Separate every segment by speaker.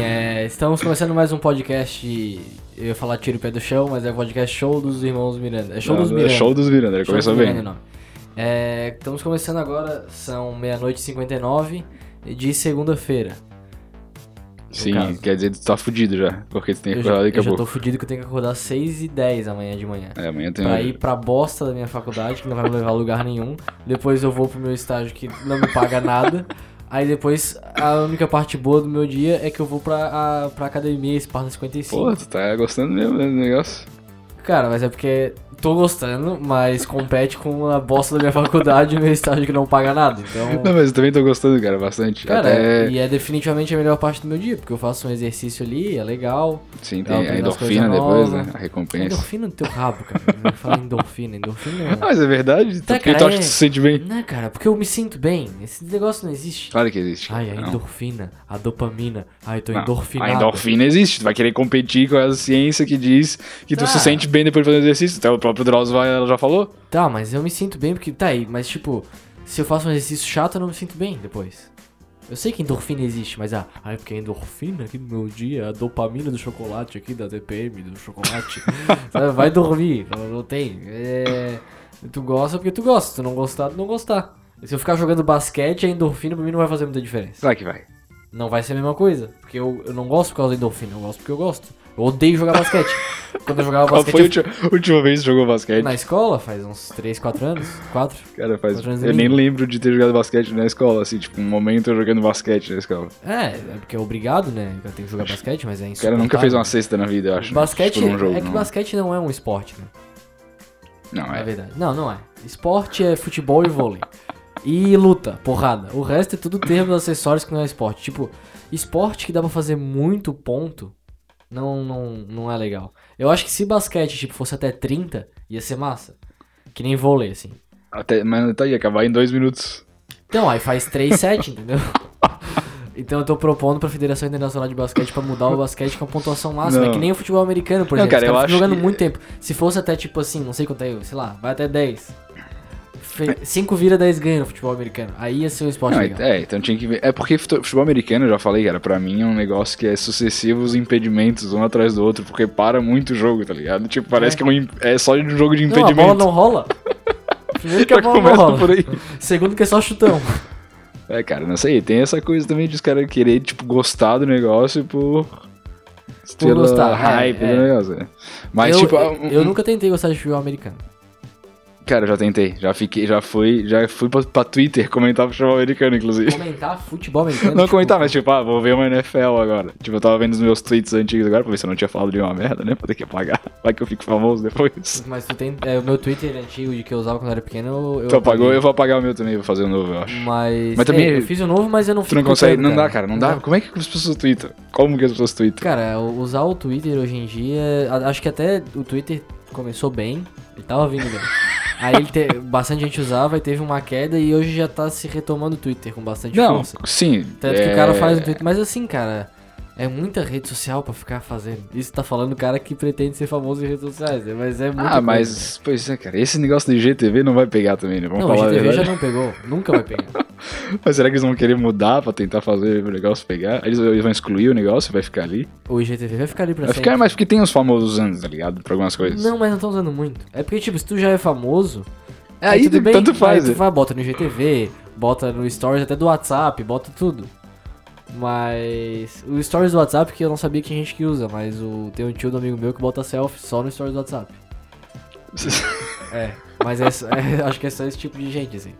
Speaker 1: é, Estamos começando mais um podcast. de- Eu ia falar Tiro o Pé do Chão, mas é podcast Show dos Irmãos Miranda. É Show
Speaker 2: Não,
Speaker 1: dos
Speaker 2: é
Speaker 1: Miranda.
Speaker 2: Show dos Miranda, ele
Speaker 1: Show dos
Speaker 2: começou
Speaker 1: Miranda
Speaker 2: bem.
Speaker 1: é o nome. É, estamos começando agora, são meia-noite e 59 de segunda-feira.
Speaker 2: Sim,
Speaker 1: caso.
Speaker 2: quer dizer, tu tá fudido já, porque tu tem que
Speaker 1: Eu,
Speaker 2: acordar
Speaker 1: já,
Speaker 2: daqui
Speaker 1: eu
Speaker 2: a
Speaker 1: já tô
Speaker 2: pouco.
Speaker 1: fudido que eu tenho que acordar às 6 e 10 amanhã de manhã.
Speaker 2: É, amanhã tem
Speaker 1: Pra ir pra bosta da minha faculdade, que não vai me levar a lugar nenhum. Depois eu vou pro meu estágio que não me paga nada. Aí depois a única parte boa do meu dia é que eu vou pra, a, pra academia Esparta 55.
Speaker 2: Pô, tu tá gostando mesmo desse negócio?
Speaker 1: Cara, mas é porque tô gostando, mas compete com a bosta da minha faculdade e meu estágio que não paga nada. Então.
Speaker 2: Não, mas eu também tô gostando, cara, bastante.
Speaker 1: Cara,
Speaker 2: Até,
Speaker 1: e é definitivamente a melhor parte do meu dia, porque eu faço um exercício ali, é legal.
Speaker 2: sim,
Speaker 1: eu
Speaker 2: tem a
Speaker 1: aprendo as
Speaker 2: endorfina
Speaker 1: coisas
Speaker 2: depois,
Speaker 1: novas.
Speaker 2: né, a recompensa.
Speaker 1: Endorfina no teu rabo, cara. Eu falo endorfina, endorfina.
Speaker 2: Ah, mas é verdade?
Speaker 1: Tá,
Speaker 2: Tá, porque
Speaker 1: cara,
Speaker 2: tu acha
Speaker 1: é-
Speaker 2: que tu se sente bem?
Speaker 1: Não, cara, porque eu me sinto bem. Esse negócio não existe.
Speaker 2: Claro que existe.
Speaker 1: Ai, a
Speaker 2: Ah, Não.
Speaker 1: endorfina, a dopamina. Ai, tô
Speaker 2: Não,
Speaker 1: endorfinado.
Speaker 2: A endorfina existe, tu vai querer competir com a ciência que diz que tu
Speaker 1: Tá.
Speaker 2: se sente bem depois de fazer exercício. Até o próprio Drauzio vai- ela já falou.
Speaker 1: Tá, mas eu me sinto bem porque. Tá aí, mas tipo, se eu faço um exercício chato, eu não me sinto bem depois. Eu sei que endorfina existe, mas ah, ai, porque a endorfina aqui do meu dia, a dopamina do chocolate aqui, da TPM do chocolate. Sabe, vai dormir, não, não tem. É, tu gosta porque tu gosta, se tu não gostar, tu não gostar. Se eu ficar jogando basquete, a endorfina pra mim não vai fazer muita diferença.
Speaker 2: Será que vai?
Speaker 1: Não vai ser a mesma coisa. Porque eu, eu não gosto por causa da endorfina, eu gosto porque eu gosto. Eu odeio jogar basquete. Quando eu jogava
Speaker 2: Qual
Speaker 1: basquete
Speaker 2: foi a última, última vez que tu jogou basquete?
Speaker 1: na escola, faz uns 3, 4 anos, 4.
Speaker 2: Cara, faz...
Speaker 1: Quatro anos e
Speaker 2: eu nem
Speaker 1: meio.
Speaker 2: lembro de ter jogado basquete na escola, assim, tipo, um momento eu jogando basquete na escola.
Speaker 1: É, é porque é obrigado, né? Eu tenho que jogar basquete, mas é
Speaker 2: O cara
Speaker 1: insuportável.
Speaker 2: nunca fez uma cesta na vida, eu acho.
Speaker 1: Basquete,
Speaker 2: tipo, num jogo,
Speaker 1: é que
Speaker 2: não.
Speaker 1: basquete não é um esporte, né?
Speaker 2: Não,
Speaker 1: Na
Speaker 2: é.
Speaker 1: verdade. Não, não é. Esporte é futebol e vôlei. E luta, porrada. O resto é tudo termo acessórios que não é esporte. Tipo, esporte que dá pra fazer muito ponto, não, não, não é legal. Eu acho que se basquete, tipo, fosse até 30, ia ser massa. Que nem vôlei, assim.
Speaker 2: Até, mas tá aí, acabar em dois minutos.
Speaker 1: Então, aí faz 3, 7, entendeu? Então eu tô propondo pra Federação Internacional de Basquete pra mudar o basquete com a pontuação máxima.
Speaker 2: Não.
Speaker 1: É que nem o futebol americano, por
Speaker 2: Não,
Speaker 1: exemplo.
Speaker 2: cara,
Speaker 1: Os
Speaker 2: eu
Speaker 1: caras ficam
Speaker 2: acho
Speaker 1: jogando
Speaker 2: que-
Speaker 1: muito tempo. Se fosse até tipo assim, não sei quanto é, sei lá, vai até 10. 5 vira 10 ganha no futebol americano. Aí ia ser um esporte
Speaker 2: Não,
Speaker 1: legal.
Speaker 2: é, então tinha que ver. É porque fute- futebol americano, eu já falei, cara, pra mim é um negócio que é sucessivos impedimentos um atrás do outro, porque para muito o jogo, tá ligado? Tipo, parece
Speaker 1: É.
Speaker 2: que é, um, im- é só de um jogo de
Speaker 1: Não, a bola
Speaker 2: impedimento.
Speaker 1: não rola. Primeiro que a
Speaker 2: Já
Speaker 1: bola não
Speaker 2: começa por
Speaker 1: rola.
Speaker 2: aí.
Speaker 1: Segundo que é só chutão.
Speaker 2: É, cara, não sei, tem essa coisa também de os caras querer, tipo, gostar do negócio por. pela
Speaker 1: gostar, é,
Speaker 2: hype
Speaker 1: é.
Speaker 2: do negócio. né? Mas,
Speaker 1: eu,
Speaker 2: tipo,
Speaker 1: eu,
Speaker 2: um-
Speaker 1: eu nunca tentei gostar de futebol americano.
Speaker 2: Cara, eu já tentei. Já fiquei, já fui, já fui pra, pra Twitter comentar futebol americano, inclusive.
Speaker 1: Comentar futebol americano.
Speaker 2: Não
Speaker 1: tipo,
Speaker 2: comentar, mas tipo, ah, vou ver uma NFL agora. Tipo, eu tava vendo os meus tweets antigos agora pra ver se eu não tinha falado de uma merda, né? Pra ter que apagar. Vai que eu fico famoso depois.
Speaker 1: Mas tu tem. é, o meu Twitter antigo de que eu usava quando eu era pequeno. Eu
Speaker 2: Tu apagou, eu vou apagar o meu também, vou fazer um novo, eu acho.
Speaker 1: Mas,
Speaker 2: Mas também-
Speaker 1: é, eu fiz o novo, mas eu não fiz.
Speaker 2: Tu não consegue, não dá, cara, não dá. Como é que as pessoas tweetam? Como que as pessoas tweetam?
Speaker 1: Cara, o- usar o Twitter hoje em dia, a- acho que até o Twitter começou bem, ele tava vindo bem. Aí ele te- bastante gente usava e teve uma queda e hoje já tá se retomando o Twitter com bastante
Speaker 2: Não,
Speaker 1: força.
Speaker 2: sim.
Speaker 1: Tanto que
Speaker 2: é-
Speaker 1: o cara faz o Twitter, mas assim, cara, é muita rede social pra ficar fazendo. Isso tá falando o cara que pretende ser famoso em redes sociais, né? mas é muito
Speaker 2: Ah, mas, pois é, cara, esse negócio de GTV não vai pegar também, né? Vamos
Speaker 1: Não, o
Speaker 2: falar a
Speaker 1: GTV já
Speaker 2: verdade.
Speaker 1: não pegou, nunca vai pegar.
Speaker 2: Mas será que eles vão querer mudar pra tentar fazer o negócio pegar? Eles, eles vão excluir o negócio, vai ficar ali?
Speaker 1: O GTV vai ficar ali pra
Speaker 2: Vai
Speaker 1: sempre.
Speaker 2: ficar, mas porque tem os famosos anos, tá ligado? Pra algumas coisas.
Speaker 1: Não, mas não estão usando muito. É porque, tipo, se tu já é famoso.
Speaker 2: É, aí
Speaker 1: tudo bem,
Speaker 2: tanto faz,
Speaker 1: Aí
Speaker 2: é.
Speaker 1: tu vai, bota no GTV, bota no Stories até do WhatsApp, bota tudo. Mas. O Stories do WhatsApp que eu não sabia que tinha gente que usa, mas o, tem um tio do amigo meu que bota selfie só no Stories do WhatsApp. É. Mas é, só- é, acho que é só esse tipo de gente, assim.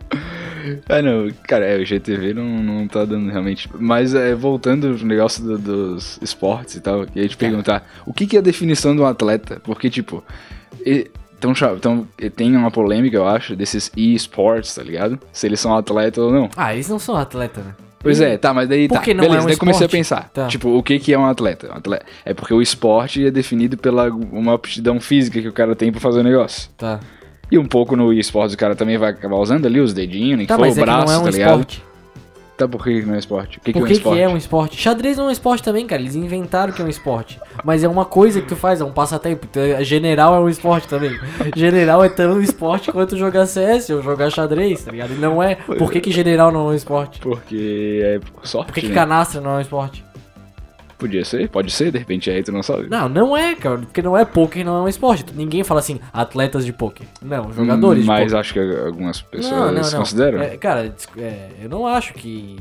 Speaker 2: ah, não, cara, é, o GTV não, não tá dando realmente. Mas é, voltando pro negócio do- dos esportes e tal, queria
Speaker 1: Tá.
Speaker 2: te perguntar: o que, que é a definição de um atleta? Porque, tipo, e- tão, cha- tão, e tem uma polêmica, eu acho, desses e-sports, tá ligado? Se eles são atleta ou não.
Speaker 1: Ah, eles não são atleta, né?
Speaker 2: Pois é, tá, mas daí
Speaker 1: Por
Speaker 2: tá.
Speaker 1: que não é
Speaker 2: beleza,
Speaker 1: um
Speaker 2: daí eu comecei a
Speaker 1: esporte?
Speaker 2: pensar.
Speaker 1: Tá.
Speaker 2: Tipo, o que que é um atleta? Um atleta? É porque o esporte é definido pela uma aptidão física que o cara tem pra fazer o negócio.
Speaker 1: Tá.
Speaker 2: E um pouco no esporte o cara também vai acabar usando ali os dedinhos, nem que
Speaker 1: Tá,
Speaker 2: for
Speaker 1: mas
Speaker 2: o
Speaker 1: é que
Speaker 2: braço,
Speaker 1: não é um
Speaker 2: tá ligado?
Speaker 1: esporte.
Speaker 2: Tá, por que que não é esporte? O que, que é
Speaker 1: Por
Speaker 2: um
Speaker 1: que, que
Speaker 2: esporte?
Speaker 1: é um esporte? Xadrez não é um esporte também, cara. Eles inventaram que é um esporte. Mas é uma coisa que tu faz, é um passatempo. Então, é- General é um esporte também. General é tão um esporte quanto jogar CS ou jogar xadrez, tá ligado? E não é. Por que, que general não é um esporte?
Speaker 2: Porque é por sorte,
Speaker 1: Por que, que
Speaker 2: né?
Speaker 1: canastra não é um esporte?
Speaker 2: Podia ser, pode ser, de repente aí tu não sabe.
Speaker 1: Não, não é, cara, porque não é poker, não é um esporte. Ninguém fala assim, atletas de poker. Não, jogadores de
Speaker 2: Mas
Speaker 1: poker.
Speaker 2: acho que algumas pessoas
Speaker 1: Não, não, não.
Speaker 2: consideram.
Speaker 1: É, cara, dis- é, eu não acho que.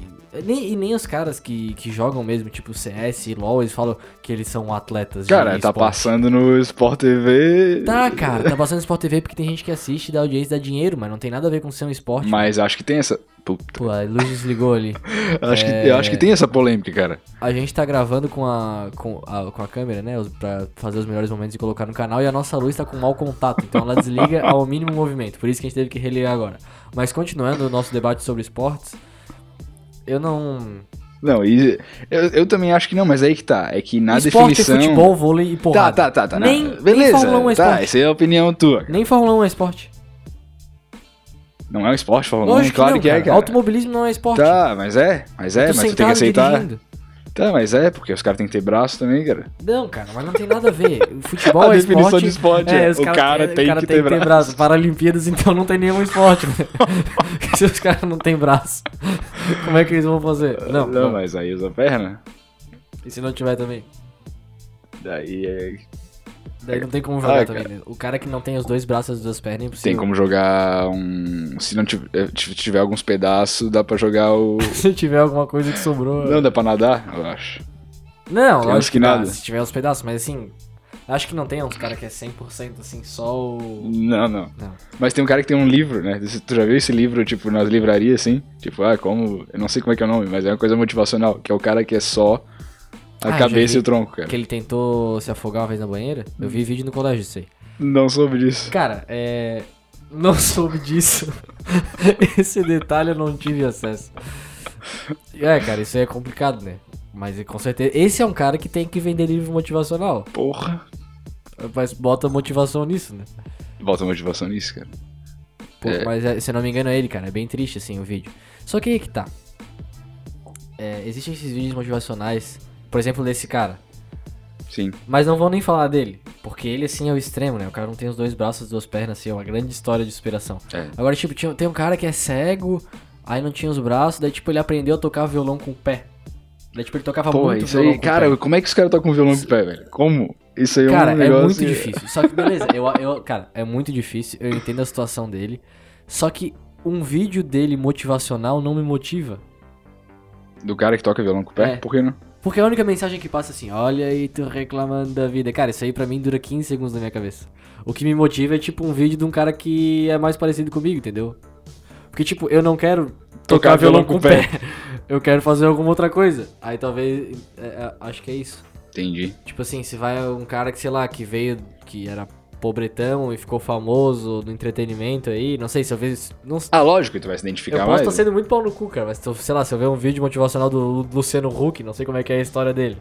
Speaker 1: Nem, e nem os caras que, que jogam mesmo, tipo CS e LOL, eles falam que eles são atletas
Speaker 2: Cara,
Speaker 1: de
Speaker 2: tá
Speaker 1: esporte.
Speaker 2: passando no Sport TV.
Speaker 1: Tá, cara, tá passando Sport TV porque tem gente que assiste, dá audiência, dá dinheiro, mas não tem nada a ver com ser um esporte.
Speaker 2: Mas acho que tem essa. Puta.
Speaker 1: Pô, a luz desligou ali.
Speaker 2: Acho que, eu acho
Speaker 1: É.
Speaker 2: que tem essa polêmica, cara.
Speaker 1: A gente tá gravando com a, com a, com a câmera, né? os- Pra fazer os melhores momentos e colocar no canal. E a nossa luz tá com mau contato. Então ela desliga ao mínimo movimento. Por isso que a gente teve que religar agora. Mas continuando o nosso debate sobre esportes. Eu não.
Speaker 2: Não, e eu, eu também acho que não, mas aí que tá. É que na
Speaker 1: esporte
Speaker 2: definição.
Speaker 1: é futebol, vôlei e porrada.
Speaker 2: tá, tá, tá, tá. não.
Speaker 1: Nem, nem
Speaker 2: Beleza.
Speaker 1: Fórmula 1 é
Speaker 2: tá,
Speaker 1: esporte.
Speaker 2: essa é a opinião tua. cara.
Speaker 1: Nem Fórmula 1 é esporte.
Speaker 2: Não é um esporte, Fórmula 1,
Speaker 1: Lógico
Speaker 2: claro
Speaker 1: que, não,
Speaker 2: é,
Speaker 1: cara.
Speaker 2: cara.
Speaker 1: Automobilismo não é esporte.
Speaker 2: Tá, mas é, mas é,
Speaker 1: Tô
Speaker 2: mas tu tem
Speaker 1: sentado
Speaker 2: que aceitar.
Speaker 1: dirigindo.
Speaker 2: Tá, mas é, porque os caras têm que ter braço também, cara.
Speaker 1: Não, cara, mas não tem nada a ver. O Futebol
Speaker 2: A
Speaker 1: é
Speaker 2: definição
Speaker 1: esporte.
Speaker 2: de esporte é,
Speaker 1: os
Speaker 2: o cara
Speaker 1: é,
Speaker 2: tem
Speaker 1: o cara
Speaker 2: que
Speaker 1: tem que ter
Speaker 2: ter braço.
Speaker 1: braço. Paralimpíadas, então, não tem nenhum esporte. né? Se os caras não têm braço, como é que eles vão fazer? Não, não.
Speaker 2: mas aí usa a perna.
Speaker 1: E se não tiver também?
Speaker 2: Daí é.
Speaker 1: Daí não tem como jogar
Speaker 2: Ah,
Speaker 1: também. né? O cara que não tem os dois braços e as duas pernas é impossível.
Speaker 2: Tem como jogar um. Se não tiver, tiver alguns pedaços, dá pra jogar o.
Speaker 1: Se tiver alguma coisa que sobrou.
Speaker 2: Não, dá pra nadar, eu acho.
Speaker 1: Não,
Speaker 2: Tem uns
Speaker 1: lógico que
Speaker 2: que
Speaker 1: dá,
Speaker 2: nada.
Speaker 1: Se tiver os pedaços, mas assim. Acho que não tem uns caras que é 100% assim, só o.
Speaker 2: Não, não.
Speaker 1: Não.
Speaker 2: Mas tem um cara que tem um livro, né? Esse- Tu já viu esse livro, tipo, nas livrarias, assim? Tipo, ah, como. Eu não sei como é que é o nome, mas é uma coisa motivacional, que é o cara que é só
Speaker 1: Ah, eu
Speaker 2: a
Speaker 1: já
Speaker 2: cabeça
Speaker 1: vi.
Speaker 2: e o tronco, cara. Hum.
Speaker 1: Que ele tentou se afogar uma vez na banheira. Eu vi vídeo no colégio disso aí.
Speaker 2: Não soube disso.
Speaker 1: Cara, é. Não soube disso. Esse detalhe eu não tive acesso. É, cara, isso aí é complicado, né? Mas com certeza. Esse é um cara que tem que vender livro motivacional.
Speaker 2: Porra.
Speaker 1: Mas bota motivação nisso, né?
Speaker 2: Volta a motivação nisso, cara.
Speaker 1: Pô, Mas é, se eu não me engano é ele, cara. É bem triste, assim, o vídeo. Só que aí que tá. É, existem esses vídeos motivacionais. Por exemplo, desse cara.
Speaker 2: Sim.
Speaker 1: Mas não vou nem falar dele. Porque ele, assim, é o extremo, né? O cara não tem os dois braços, as duas pernas, assim. É uma grande história de superação.
Speaker 2: É.
Speaker 1: Agora, tipo, tinha, tem um cara que é cego, aí não tinha os braços, daí, tipo, ele aprendeu a tocar violão com o pé. Daí, tipo, ele tocava
Speaker 2: Pô,
Speaker 1: muito
Speaker 2: isso
Speaker 1: violão
Speaker 2: aí,
Speaker 1: com o pé.
Speaker 2: cara, como é que os caras tocam violão com o pé, velho? Como? Isso aí é
Speaker 1: Cara,
Speaker 2: um
Speaker 1: é
Speaker 2: negócio...
Speaker 1: muito difícil. Só que, beleza, eu, eu, cara, é muito difícil, eu entendo a situação dele. Só que um vídeo dele motivacional não me motiva.
Speaker 2: Do cara que toca violão com o pé?
Speaker 1: É.
Speaker 2: Por que não?
Speaker 1: Porque a única mensagem que passa é assim, olha aí, tu reclamando da vida. Cara, isso aí pra mim dura 15 segundos na minha cabeça. O que me motiva é tipo um vídeo de um cara que é mais parecido comigo, entendeu? Porque, tipo, eu não quero tocar, violão, com o pé. Eu quero fazer alguma outra coisa. Aí talvez. é, é, acho que é isso.
Speaker 2: Entendi.
Speaker 1: Tipo assim, se vai um cara que, sei lá, que veio, que era pobretão e ficou famoso no entretenimento aí, não sei se eu vejo. Não,
Speaker 2: Ah, lógico que tu vai se
Speaker 1: eu
Speaker 2: identificar
Speaker 1: posso
Speaker 2: mais. né?
Speaker 1: estar sendo muito pau no cu, cara, mas se eu- sei lá, se eu ver um vídeo motivacional do Lu- Luciano Huck, não sei como é que é a história dele.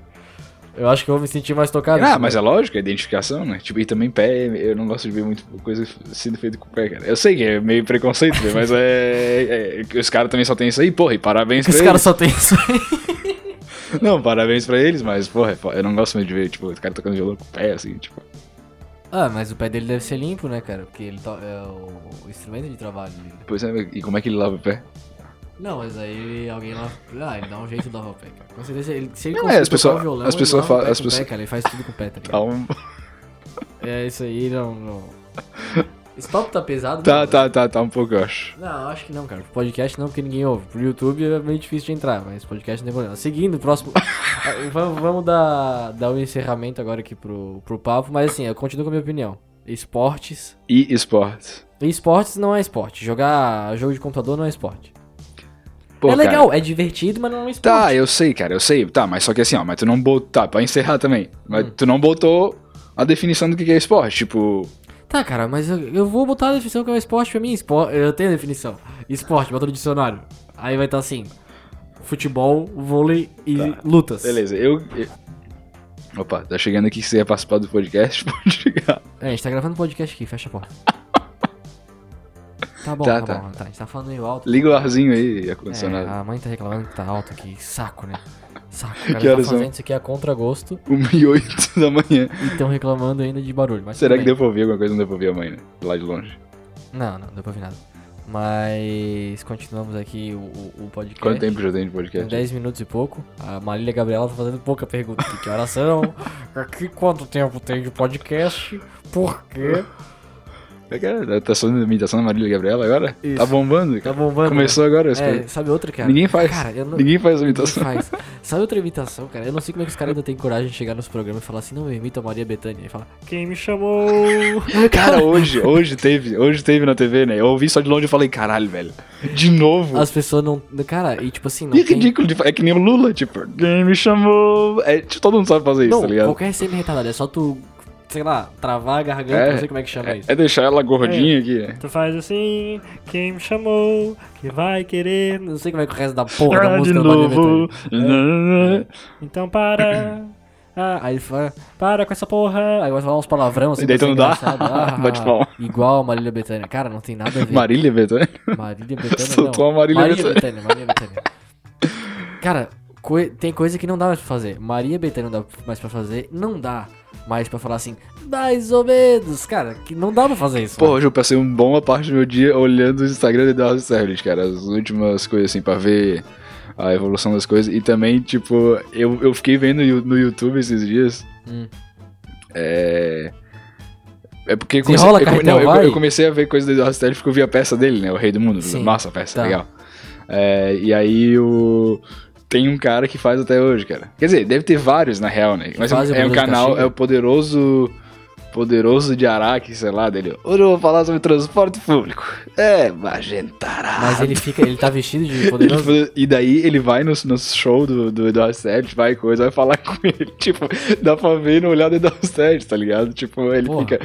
Speaker 1: Eu acho que eu vou me sentir mais tocado.
Speaker 2: Ah, mas é lógico, é identificação, né? Tipo, e também pé, eu não gosto de ver muita coisa sendo feita com o pé, cara. Eu sei que é meio preconceito, né? mas é, é- que Os caras também só tem isso aí, porra, e parabéns
Speaker 1: Porque
Speaker 2: pra
Speaker 1: os caras
Speaker 2: eles.
Speaker 1: só tem isso aí.
Speaker 2: Não, parabéns pra eles, mas, porra, é fo- eu não gosto muito de ver, tipo, o cara tocando violão com o pé, assim, tipo.
Speaker 1: Ah, mas o pé dele deve ser limpo, né, cara? Porque ele to- é o, o instrumento de trabalho dele.
Speaker 2: Pois é, e como é que ele lava o pé?
Speaker 1: Não, mas aí alguém lá. Ah, ele dá um jeito de lavar o pé, cara. Com certeza, ele, se ele
Speaker 2: Não,
Speaker 1: conseguir
Speaker 2: é, as pessoas-
Speaker 1: tocar o violão,
Speaker 2: as
Speaker 1: ele
Speaker 2: pessoas
Speaker 1: lava o
Speaker 2: fa-
Speaker 1: pé
Speaker 2: as
Speaker 1: com o
Speaker 2: pessoas-
Speaker 1: pé, cara, ele faz tudo com o pé, tá ligado?
Speaker 2: Tá, um-
Speaker 1: É isso aí, não. não... Esse papo tá pesado?
Speaker 2: tá,
Speaker 1: não,
Speaker 2: tá, tá, tá um pouco, eu acho.
Speaker 1: Não, acho que não, cara. Pro Podcast não, porque ninguém ouve. Pro YouTube é meio difícil de entrar, mas podcast não tem problema. Seguindo, próximo. Ah, vamos vamos dar, dar um encerramento agora aqui pro, pro papo, mas assim, eu continuo com a minha opinião. Esportes.
Speaker 2: E esportes.
Speaker 1: Esportes não é esporte. Jogar jogo de computador não é esporte.
Speaker 2: Pô,
Speaker 1: é
Speaker 2: cara,
Speaker 1: legal, é divertido, mas não é um esporte.
Speaker 2: Tá, eu sei, cara, eu sei. Tá, mas só que assim, ó, mas tu não botou. Tá, pra encerrar também.
Speaker 1: Hum.
Speaker 2: Mas tu não botou a definição do que que é esporte. Tipo,
Speaker 1: Tá, cara, mas eu, eu vou botar a definição que é um esporte pra mim. Espo... Eu tenho a definição. Esporte, bota no dicionário. Aí vai estar assim: futebol, vôlei e
Speaker 2: Tá.
Speaker 1: lutas.
Speaker 2: beleza, eu. eu- Opa, tá chegando aqui que você ia participar do podcast, pode chegar.
Speaker 1: É, a gente tá gravando podcast aqui, fecha a porta. Tá bom, tá,
Speaker 2: Tá,
Speaker 1: bom.
Speaker 2: tá.
Speaker 1: Tá, a gente tá falando meio alto.
Speaker 2: Liga o arzinho aí,
Speaker 1: É,
Speaker 2: ar-condicionado.
Speaker 1: a mãe tá reclamando que tá alto aqui. Saco, né? Saco. Cara,
Speaker 2: Que
Speaker 1: tá
Speaker 2: horas são?
Speaker 1: fazendo isso aqui a contragosto
Speaker 2: 1 e 8 da manhã.
Speaker 1: e tão reclamando ainda de barulho. Mas
Speaker 2: Será que
Speaker 1: tudo
Speaker 2: deu pra ouvir alguma coisa? Não deu pra ouvir a mãe, né? Lá de longe.
Speaker 1: bem. Não, não, não deu pra ouvir nada. Mas continuamos aqui o, o, o podcast.
Speaker 2: Quanto tempo já tem de
Speaker 1: Tem
Speaker 2: podcast?
Speaker 1: 10 minutos e pouco. A Marília Gabriela tá fazendo pouca pergunta aqui. Que horas são? Aqui quanto tempo tem de podcast? Por quê?
Speaker 2: É, cara, tá só imitação da Marília Gabriela agora?
Speaker 1: Isso.
Speaker 2: Tá bombando?
Speaker 1: Tá
Speaker 2: cara.
Speaker 1: bombando.
Speaker 2: Começou agora, eu
Speaker 1: É,
Speaker 2: espero.
Speaker 1: sabe outra, cara?
Speaker 2: Ninguém faz.
Speaker 1: Cara, eu não...
Speaker 2: Ninguém faz
Speaker 1: Ninguém
Speaker 2: imitação.
Speaker 1: faz. Sabe outra imitação, cara? Eu não sei como é que os caras ainda têm coragem de chegar nos programas e falar assim, não, eu imito a Maria Bethânia. E fala, quem me chamou?
Speaker 2: Cara, hoje, hoje teve, hoje teve na TV, né? Eu ouvi só de longe e falei, caralho, velho. De novo.
Speaker 1: As pessoas não... Cara, e tipo assim, não
Speaker 2: E é
Speaker 1: tem...
Speaker 2: ridículo, de fa- é que nem o Lula, tipo, quem me chamou? É, tipo, todo mundo sabe fazer isso,
Speaker 1: Não,
Speaker 2: tá ligado?
Speaker 1: qualquer semi retardada. É só tu, sei lá, travar a garganta,
Speaker 2: É,
Speaker 1: não sei como é que chama isso.
Speaker 2: É deixar ela gordinha aqui, né?
Speaker 1: Tu faz assim, quem me chamou, que vai querer. Não sei como é que o resto da porra da música da Maria Bethânia. Então para. Ah, aí ele fala, para com essa porra. Aí vai falar uns palavrão assim.
Speaker 2: E daí
Speaker 1: pra
Speaker 2: tu
Speaker 1: ser
Speaker 2: não dá?
Speaker 1: engraçado. Ah,
Speaker 2: Bate palma.
Speaker 1: Igual a Marília Bethânia. Cara, não tem nada a ver.
Speaker 2: Marília Bethânia?
Speaker 1: Marília Bethânia não.
Speaker 2: Soltou a Marília
Speaker 1: Bethânia. Marília Bethânia. Cara, coi- tem coisa que não dá mais pra fazer. Maria Bethânia não dá mais pra fazer. Não dá mais pra falar assim, mais ou menos. Cara, que não dá pra fazer isso.
Speaker 2: Pô,
Speaker 1: mano.
Speaker 2: hoje eu passei uma boa parte do meu dia olhando o Instagram do Eduardo Serlis, cara. As últimas coisas, assim, pra ver a evolução das coisas. E também, tipo, eu, eu fiquei vendo no Yu- no YouTube esses dias.
Speaker 1: Hum.
Speaker 2: É. É porque eu comecei,
Speaker 1: Desenrola,
Speaker 2: eu, come-
Speaker 1: Carretel,
Speaker 2: não, eu-
Speaker 1: vai.
Speaker 2: eu comecei a ver coisas do Eduardo Serlis porque eu vi a peça dele, né? O Rei do Mundo.
Speaker 1: Sim.
Speaker 2: Massa a peça,
Speaker 1: Tá.
Speaker 2: legal. É, e aí o. Tem um cara que faz até hoje, cara. Quer dizer, deve ter vários, na real, né? Mas é um-
Speaker 1: faz o
Speaker 2: é um
Speaker 1: Poderoso
Speaker 2: canal,
Speaker 1: Castigo?
Speaker 2: é o poderoso. Poderoso de Araque, sei lá, dele. Hoje eu vou falar sobre transporte público. É, magentará.
Speaker 1: Mas ele fica, ele tá vestido de
Speaker 2: Ele
Speaker 1: poderoso.
Speaker 2: fa- Tipo, e daí ele vai no, no show do, do Eduardo Sérgio, vai e coisa, vai falar com ele. Tipo, dá pra ver no olhar do Eduardo Sérgio, tá ligado? Tipo, ele
Speaker 1: Porra.
Speaker 2: fica.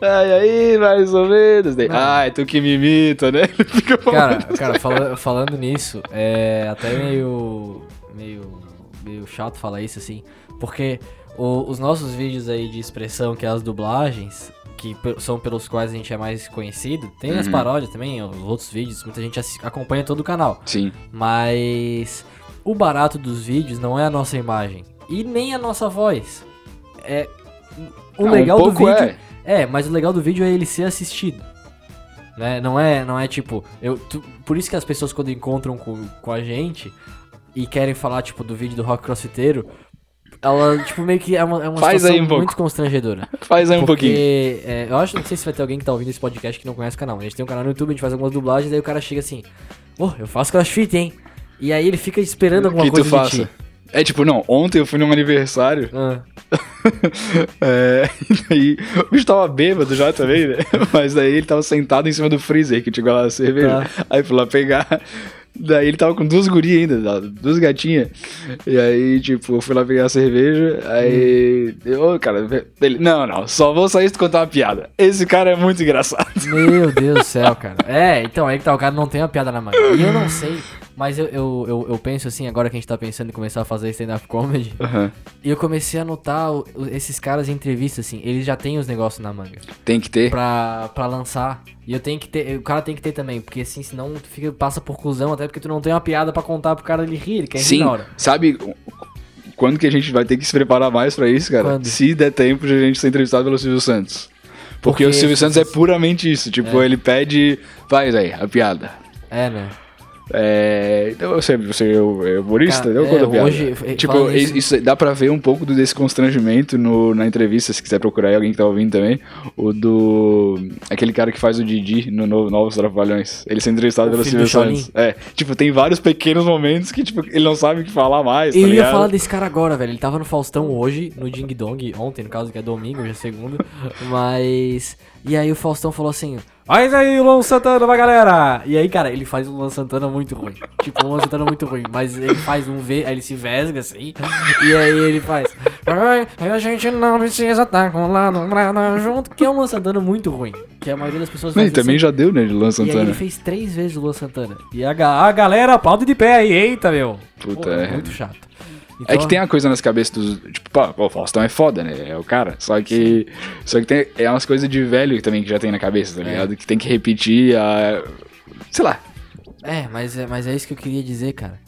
Speaker 2: Ai, aí, mais ou menos. Daí,
Speaker 1: Não.
Speaker 2: ai, tu que me imita, né? Ele fica
Speaker 1: Cara,
Speaker 2: falando.
Speaker 1: cara fala- falando nisso, é até meio. meio. meio chato falar isso assim, porque o- os nossos vídeos aí de expressão, que é as dublagens, que pe- são pelos quais a gente é mais conhecido, tem
Speaker 2: Uhum.
Speaker 1: as paródias também, os outros vídeos, muita gente assi- acompanha todo o canal,
Speaker 2: Sim.
Speaker 1: mas o barato dos vídeos não é a nossa imagem e nem a nossa voz. É. O
Speaker 2: Ah,
Speaker 1: legal
Speaker 2: um
Speaker 1: do
Speaker 2: pouco
Speaker 1: vídeo
Speaker 2: é.
Speaker 1: é, mas o legal do vídeo é ele ser assistido. Né? Não é, não é tipo, eu tu- por isso que as pessoas quando encontram com, com a gente e querem falar tipo do vídeo do rock crossfiteiro, ela tipo meio que é uma, é uma
Speaker 2: Faz
Speaker 1: situação
Speaker 2: aí um pouco.
Speaker 1: muito constrangedora.
Speaker 2: Faz aí um
Speaker 1: porque,
Speaker 2: pouquinho.
Speaker 1: é, eu acho, não sei se vai ter alguém que tá ouvindo esse podcast que não conhece o canal. A gente tem um canal no YouTube, a gente faz algumas dublagens, aí o cara chega assim: "Pô, eu faço crossfit, hein?" E aí ele fica esperando alguma
Speaker 2: que tu
Speaker 1: coisa de
Speaker 2: faça.
Speaker 1: ti.
Speaker 2: É tipo, não, ontem eu fui num aniversário,
Speaker 1: Ah,
Speaker 2: é, e daí o bicho tava bêbado já também, né? Mas daí ele tava sentado em cima do freezer que tinha lá a cerveja. Aí fui lá pegar. Daí ele tava com duas gurias ainda, da- duas gatinhas. E aí, tipo, eu fui lá pegar a cerveja. Aí. eu, Ô, cara, ele. Não, não, só vou sair se tu contar uma piada. Esse cara é muito engraçado.
Speaker 1: Meu Deus do céu, cara. É, então, aí que tá, o cara não tem a piada na mão. E eu não sei, mas eu, eu, eu, eu penso assim, agora que a gente tá pensando em começar a fazer stand-up comedy,
Speaker 2: Aham.
Speaker 1: e eu comecei a notar o- o- esses caras em entrevista, assim, eles já têm os negócios na manga
Speaker 2: Tem que ter.
Speaker 1: pra, pra lançar. E eu tenho que ter, o cara tem que ter também, porque assim, senão tu fica, passa por cuzão, até porque tu não tem uma piada pra contar pro cara ele rir, ele quer rir
Speaker 2: Sim,
Speaker 1: na hora.
Speaker 2: sabe quando que a gente vai ter que se preparar mais pra isso, cara?
Speaker 1: Quando?
Speaker 2: Se der tempo de a gente ser entrevistado pelo Silvio Santos.
Speaker 1: Porque
Speaker 2: Porque, o Silvio
Speaker 1: esse-
Speaker 2: Santos é puramente isso, tipo, ele pede, faz aí, a piada.
Speaker 1: É, né?
Speaker 2: É, então você, você é o- é humorista,
Speaker 1: Cara,
Speaker 2: eu
Speaker 1: é,
Speaker 2: conto a piada.
Speaker 1: hoje, eh,
Speaker 2: tipo,
Speaker 1: falando
Speaker 2: isso,
Speaker 1: nisso-
Speaker 2: isso- dá pra ver um pouco do, desse constrangimento no- na entrevista, se quiser procurar aí alguém que tá ouvindo também, o do... aquele cara que faz o Didi no Novo- Novos Trapalhões. Ele sendo entrevistado
Speaker 1: O
Speaker 2: pelo
Speaker 1: filho
Speaker 2: Silvio
Speaker 1: do Cholim.
Speaker 2: Santos. É, tipo, tem vários pequenos momentos que, tipo, ele não sabe o que falar mais, tá
Speaker 1: Eu ia
Speaker 2: ligado?
Speaker 1: falar desse cara agora, velho. Ele tava no Faustão hoje, no Ding Dong, ontem, no caso que é domingo, hoje é segunda. Mas. E aí o Faustão falou assim: Faz aí o Luan Santana pra galera! E aí, cara, ele faz um Luan Santana muito ruim. Tipo, um Luan Santana muito ruim. Mas ele faz um V, aí ele se vesga assim. E aí ele faz. "Ai, A gente não precisa estar com lá no lado junto, que é um Luan Santana muito ruim. Que a maioria das pessoas
Speaker 2: Não,
Speaker 1: faz
Speaker 2: e também
Speaker 1: assim.
Speaker 2: já deu, né, de
Speaker 1: E
Speaker 2: Luan
Speaker 1: aí
Speaker 2: Santana.
Speaker 1: ele fez três vezes o Luan Santana. E a, ga- a galera aplaude de pé aí, eita, meu.
Speaker 2: Puta,
Speaker 1: Pô,
Speaker 2: é.
Speaker 1: Muito chato. Então,
Speaker 2: É que tem a coisa nas cabeças dos. Tipo, pá, pô, o Faustão é foda, né? É o cara. Só que. Só que tem. É umas coisas de velho também que já tem na cabeça, tá ligado? Que tem que repetir a. Sei lá.
Speaker 1: É, mas é, mas é isso que eu queria dizer, cara.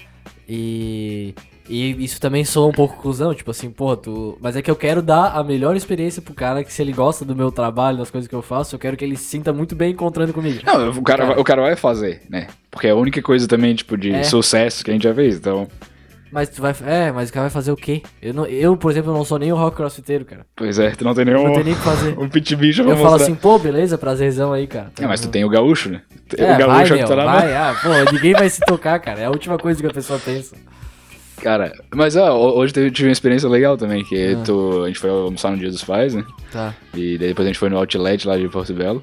Speaker 1: E E isso também soa um pouco cuzão, tipo assim, porra, tu. Mas é que eu quero dar a melhor experiência pro cara que se ele gosta do meu trabalho, das coisas que eu faço, eu quero que ele se sinta muito bem encontrando comigo.
Speaker 2: Não, o cara, vai- o cara vai fazer, né? Porque é a única coisa também, tipo, de
Speaker 1: tá. É.
Speaker 2: sucesso que a gente já fez, então...
Speaker 1: Mas tu vai. É, mas o cara vai fazer o quê? Eu, não, eu por exemplo, não sou nem o rock crossfiteiro, cara.
Speaker 2: Pois é, tu não tem nenhum...
Speaker 1: Não tem nem o que fazer.
Speaker 2: um pit bicho pra
Speaker 1: Eu falo
Speaker 2: mostrar.
Speaker 1: assim, pô, beleza, prazerzão aí, cara. Tá
Speaker 2: É, mas tu tem o gaúcho, né?
Speaker 1: É,
Speaker 2: o gaúcho
Speaker 1: vai,
Speaker 2: é o
Speaker 1: meu,
Speaker 2: que tá na mão.
Speaker 1: vai, ah, pô, ninguém vai se tocar, cara. É a última coisa que a pessoa pensa.
Speaker 2: Cara, mas ó, hoje teve- tive uma experiência legal também, que
Speaker 1: Ah.
Speaker 2: tu- a gente foi almoçar no Dia dos Pais, né?
Speaker 1: Tá.
Speaker 2: E daí depois a gente foi no Outlet lá de Porto Belo.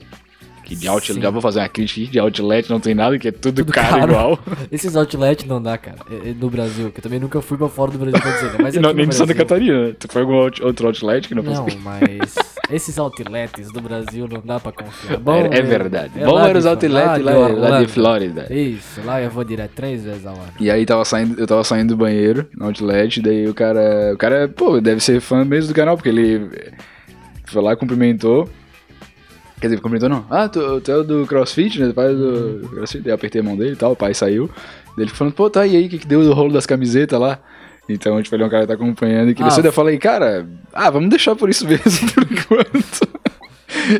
Speaker 2: Que de Outlet,
Speaker 1: Sim.
Speaker 2: já vou fazer uma crítica aqui, de Outlet não tem nada, que é tudo,
Speaker 1: Tudo
Speaker 2: caro,
Speaker 1: caro. é
Speaker 2: igual.
Speaker 1: Esses outlet não dá, cara. É- é No Brasil, que eu também nunca fui pra fora do Brasil pra dizer, né? Mas
Speaker 2: E não-
Speaker 1: aqui
Speaker 2: nem
Speaker 1: no
Speaker 2: de Santa
Speaker 1: Brasil-
Speaker 2: Catarina, assim. né? Tu foi algum out- outro Outlet que não,
Speaker 1: Não,
Speaker 2: fosse...
Speaker 1: mas esses outlets do Brasil não dá pra confiar. Bom,
Speaker 2: É, é
Speaker 1: mesmo.
Speaker 2: verdade.
Speaker 1: É
Speaker 2: Bom
Speaker 1: lá
Speaker 2: era os
Speaker 1: de-
Speaker 2: Outlet lá,
Speaker 1: de
Speaker 2: lá de
Speaker 1: Orlando.
Speaker 2: Flórida.
Speaker 1: Isso, lá eu vou direto três vezes a hora.
Speaker 2: E aí tava saindo, eu tava saindo do banheiro no outlet, daí o cara. O cara, pô, deve ser fã mesmo do canal, porque ele foi lá, cumprimentou. Quer dizer, cumprimentou não. Ah, tu, tu é o do CrossFit, né? Tu faz do CrossFit. Daí eu apertei a mão dele e tal, o pai saiu. Daí ele falando, pô, tá, e aí, o que, que deu do rolo das camisetas lá? Então, tipo, ele é um cara que tá acompanhando e que
Speaker 1: Ah,
Speaker 2: você. Daí eu falei, cara, ah, vamos deixar por isso mesmo, por enquanto.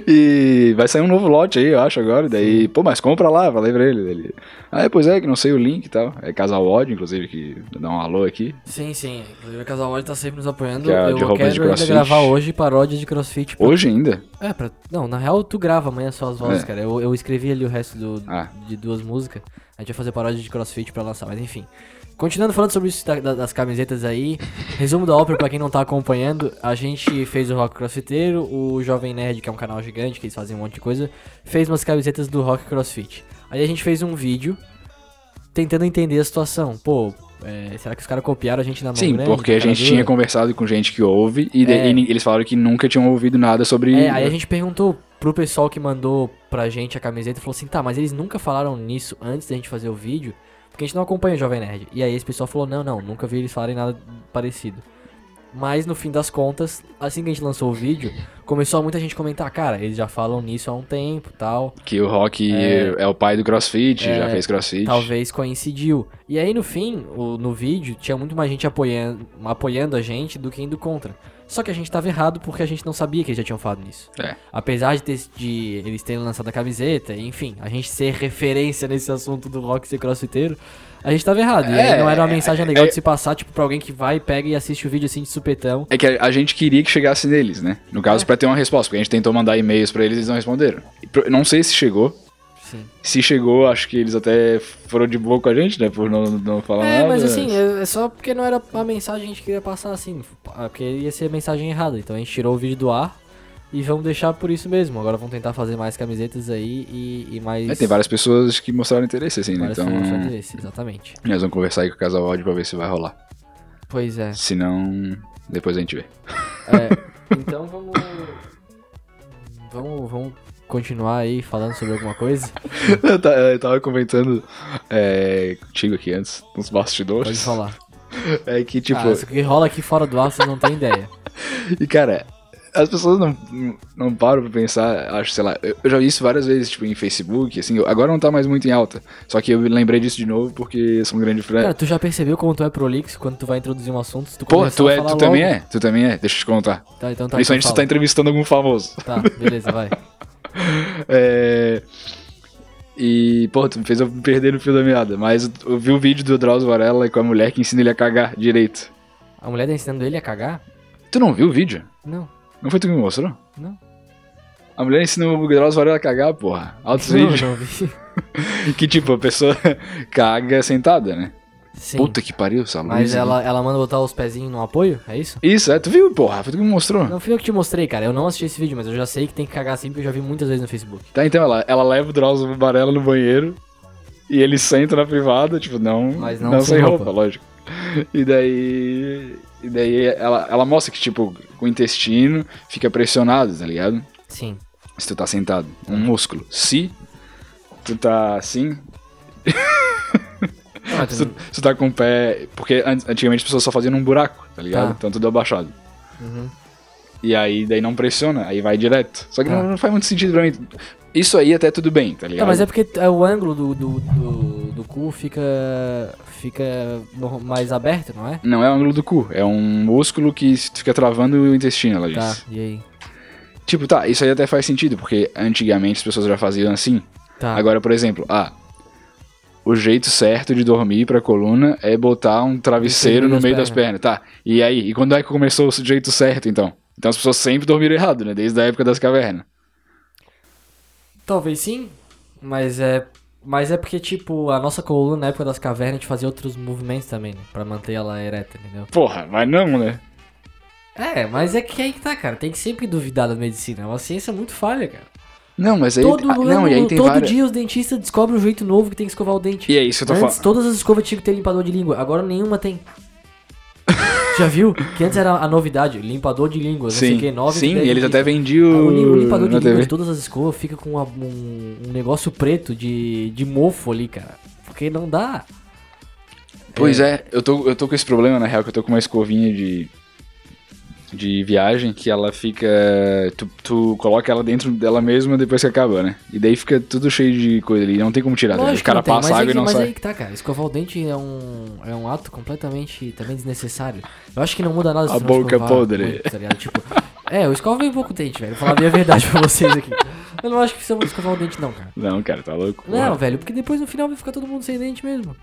Speaker 2: E vai sair um novo lote aí, eu acho, agora. Daí, pô, mas compra lá, falei pra ele. Ele, Ah, é, pois é, que não sei o link e tal. É Casal Odd, inclusive, que dá um alô aqui.
Speaker 1: Sim, sim. Inclusive a Casal Olho tá sempre nos apoiando.
Speaker 2: Que é
Speaker 1: eu
Speaker 2: de roupa
Speaker 1: quero
Speaker 2: de
Speaker 1: ainda
Speaker 2: crossfit.
Speaker 1: gravar hoje paródia de crossfit. pra-
Speaker 2: Hoje ainda?
Speaker 1: É, pra... Não, na real tu grava amanhã só as vozes,
Speaker 2: É.
Speaker 1: cara. Eu, eu escrevi ali o resto do,
Speaker 2: Ah.
Speaker 1: de duas músicas. A gente vai fazer paródia de crossfit pra lançar, mas enfim. Continuando falando sobre isso da- da- das camisetas aí, resumo da ópera pra quem não tá acompanhando, a gente fez o Rock Crossfiteiro, o Jovem Nerd, que é um canal gigante, que eles fazem um monte de coisa, fez umas camisetas do Rock Crossfit. Aí a gente fez um vídeo tentando entender a situação. Pô, é, será que os caras copiaram a gente na mão
Speaker 2: Sim,
Speaker 1: grande,
Speaker 2: porque a
Speaker 1: cara
Speaker 2: gente tinha
Speaker 1: dura?
Speaker 2: conversado com gente que ouve e, de-
Speaker 1: É.
Speaker 2: e ni- eles falaram que nunca tinham ouvido nada sobre.
Speaker 1: É, aí a gente perguntou pro pessoal que mandou pra gente a camiseta e falou assim: tá, mas eles nunca falaram nisso antes da gente fazer o vídeo, porque a gente não acompanha o Jovem Nerd. E aí esse pessoal falou: não, não, nunca vi eles falarem nada parecido. Mas no fim das contas, assim que a gente lançou o vídeo, começou a muita gente comentar: cara, eles já falam nisso há um tempo tal.
Speaker 2: Que o Rock
Speaker 1: É.
Speaker 2: é, o pai do CrossFit,
Speaker 1: É.
Speaker 2: já fez CrossFit.
Speaker 1: Talvez coincidiu. E aí no fim, o- no vídeo, tinha muito mais gente apoiando, apoiando a gente do que indo contra. Só que a gente tava errado porque a gente não sabia que eles já tinham falado nisso.
Speaker 2: É.
Speaker 1: Apesar de, ter- de eles terem lançado a camiseta, enfim, a gente ser referência nesse assunto do rock ser crossfiteiro, a gente tava errado. e aí
Speaker 2: É,
Speaker 1: não era uma mensagem legal
Speaker 2: é-
Speaker 1: de se passar, tipo, pra alguém que vai, pega e assiste o vídeo assim de supetão.
Speaker 2: É que a, a gente queria que chegasse neles, né? No caso,
Speaker 1: É.
Speaker 2: pra ter uma resposta, porque a gente tentou mandar e-mails pra eles e eles não responderam. E pro- Não sei se chegou.
Speaker 1: Sim.
Speaker 2: Se chegou, acho que eles até foram de boa com a gente, né? Por não, não falar nada.
Speaker 1: É, mas assim, é, é só porque não era a mensagem que a gente queria passar assim, ah, porque ia ser a mensagem errada. Então a gente tirou o vídeo do ar e vamos deixar por isso mesmo. Agora vamos tentar fazer mais camisetas aí e, e mais.
Speaker 2: É, tem várias pessoas que mostraram interesse, assim, né?
Speaker 1: várias
Speaker 2: Então,
Speaker 1: formas de fazer isso, exatamente.
Speaker 2: nós vamos conversar aí com o Casal Áudio pra ver se vai rolar.
Speaker 1: Pois é.
Speaker 2: Se não, depois a gente vê.
Speaker 1: É, então vamos. Vamos, vamos continuar aí falando sobre alguma coisa?
Speaker 2: eu, ta- eu tava comentando é, contigo aqui antes, nos bastidores.
Speaker 1: Pode falar.
Speaker 2: É que, tipo,
Speaker 1: Ah, isso que rola aqui fora do ar, vocês não têm ideia.
Speaker 2: E, cara, as pessoas não, não param pra pensar, acho, sei lá, eu eu já vi isso várias vezes, tipo, em Facebook, assim, eu- agora não tá mais muito em alta. Só que eu me lembrei disso de novo porque eu sou um grande fã.
Speaker 1: Cara, tu já percebeu como tu é prolixo quando tu vai introduzir um assunto? se Tu
Speaker 2: Porra,
Speaker 1: começar
Speaker 2: tu,
Speaker 1: a
Speaker 2: é,
Speaker 1: falar
Speaker 2: tu
Speaker 1: logo.
Speaker 2: também é, tu também é, deixa eu te contar.
Speaker 1: Tá, então tá.
Speaker 2: Principalmente se tu tá
Speaker 1: então
Speaker 2: entrevistando algum famoso.
Speaker 1: fala. Tá, beleza, vai.
Speaker 2: É... E, pô, tu me fez eu perder no fio da meada, mas eu, eu vi o vídeo do Drauzio Varela com a mulher que ensina ele a cagar direito.
Speaker 1: A mulher tá ensinando ele a cagar?
Speaker 2: Tu não viu o vídeo?
Speaker 1: Não.
Speaker 2: Não foi tu que me mostrou?
Speaker 1: Não.
Speaker 2: A mulher ensina o Drauzio Varela a cagar, porra. Altos
Speaker 1: Não,
Speaker 2: vídeos.
Speaker 1: não vi.
Speaker 2: Que tipo, a pessoa caga sentada, né?
Speaker 1: Sim.
Speaker 2: Puta que pariu, essa luz.
Speaker 1: mas
Speaker 2: né?
Speaker 1: ela, ela manda botar os pezinhos no apoio? É isso?
Speaker 2: Isso, é, tu viu, porra? Foi tu que me mostrou.
Speaker 1: Não fui eu que te mostrei, cara. Eu não assisti esse vídeo, mas eu já sei que tem que cagar assim porque eu já vi muitas vezes no Facebook.
Speaker 2: Tá, então ela, ela leva o Drauzio Varela no banheiro e ele senta na privada, tipo, não,
Speaker 1: Mas
Speaker 2: não,
Speaker 1: não
Speaker 2: sem
Speaker 1: sem
Speaker 2: roupa,
Speaker 1: roupa.
Speaker 2: lógico. E daí. E daí ela, ela mostra que, tipo, o intestino fica pressionado, tá ligado?
Speaker 1: Sim.
Speaker 2: Se tu tá sentado, um
Speaker 1: Uhum.
Speaker 2: músculo. Se tu tá assim,
Speaker 1: Não, mas
Speaker 2: se
Speaker 1: tu-
Speaker 2: tu, se tu tá com o pé. Porque an- antigamente as pessoas só faziam num buraco, tá ligado?
Speaker 1: Tá.
Speaker 2: Então tudo abaixado.
Speaker 1: Uhum.
Speaker 2: E aí daí não pressiona, aí vai direto. Só que
Speaker 1: Tá.
Speaker 2: não,
Speaker 1: é-
Speaker 2: não faz muito sentido pra mim. Isso aí até tudo bem, tá ligado?
Speaker 1: Não, mas é porque é o ângulo do, do, do, do cu fica fica no- mais aberto, não é?
Speaker 2: Não é o ângulo do cu, é um músculo que fica travando o intestino, ela
Speaker 1: Tá,
Speaker 2: diz.
Speaker 1: e aí?
Speaker 2: Tipo, tá, isso aí até faz sentido, porque antigamente as pessoas já faziam assim.
Speaker 1: Tá.
Speaker 2: Agora, por exemplo, ah, o jeito certo de dormir pra coluna é botar um travesseiro no meio das pernas, tá? E aí, e quando é que começou o jeito certo, então? Então as pessoas sempre dormiram errado, né? Desde a época das cavernas.
Speaker 1: Talvez sim, mas é mas é porque tipo a nossa coluna na época das cavernas a gente fazia outros movimentos também, né? Pra manter ela ereta, entendeu?
Speaker 2: Porra, mas não, né?
Speaker 1: É, mas é que aí que tá, cara. Tem que sempre duvidar da medicina. É uma ciência muito falha, cara.
Speaker 2: Não, mas aí.
Speaker 1: Todo,
Speaker 2: ah, não, e aí tem
Speaker 1: todo
Speaker 2: várias.
Speaker 1: dia os dentistas descobrem um jeito novo que tem que escovar o dente.
Speaker 2: E é isso que eu tô
Speaker 1: Antes
Speaker 2: falando.
Speaker 1: todas as escovas tinham que ter limpador de língua, agora nenhuma tem. Já viu? Que antes era a novidade, limpador de língua, não sei o
Speaker 2: Sim,
Speaker 1: que, 9
Speaker 2: sim, e eles até vendiam
Speaker 1: Ah, o li- o limpador de
Speaker 2: na
Speaker 1: língua de
Speaker 2: TV.
Speaker 1: todas as escovas fica com uma- um, um negócio preto de, de mofo ali, cara. Porque não dá.
Speaker 2: Pois é, eu, tô, eu tô com esse problema, na real, que eu tô com uma escovinha de. De viagem que ela fica. Tu, tu coloca ela dentro dela mesma depois que acaba, né? E daí fica tudo cheio de coisa ali, não tem como tirar. né?
Speaker 1: Lógico
Speaker 2: O cara
Speaker 1: que não tem,
Speaker 2: passa
Speaker 1: mas
Speaker 2: água
Speaker 1: é que,
Speaker 2: e não
Speaker 1: mas
Speaker 2: sai.
Speaker 1: aí que tá, cara. Escovar o dente é um, é um ato completamente também desnecessário. Eu acho que não muda nada se
Speaker 2: A
Speaker 1: tu não
Speaker 2: boca é
Speaker 1: escovar
Speaker 2: podre.
Speaker 1: muito, tá ligado? Tipo, é, eu escovo bem pouco o dente, velho. Vou falar bem a verdade pra vocês aqui. Eu não acho que precisa escovar o dente, não, cara.
Speaker 2: Não, cara, tá louco.
Speaker 1: Não,
Speaker 2: Porra,
Speaker 1: velho, porque depois no final vai ficar todo mundo sem dente mesmo.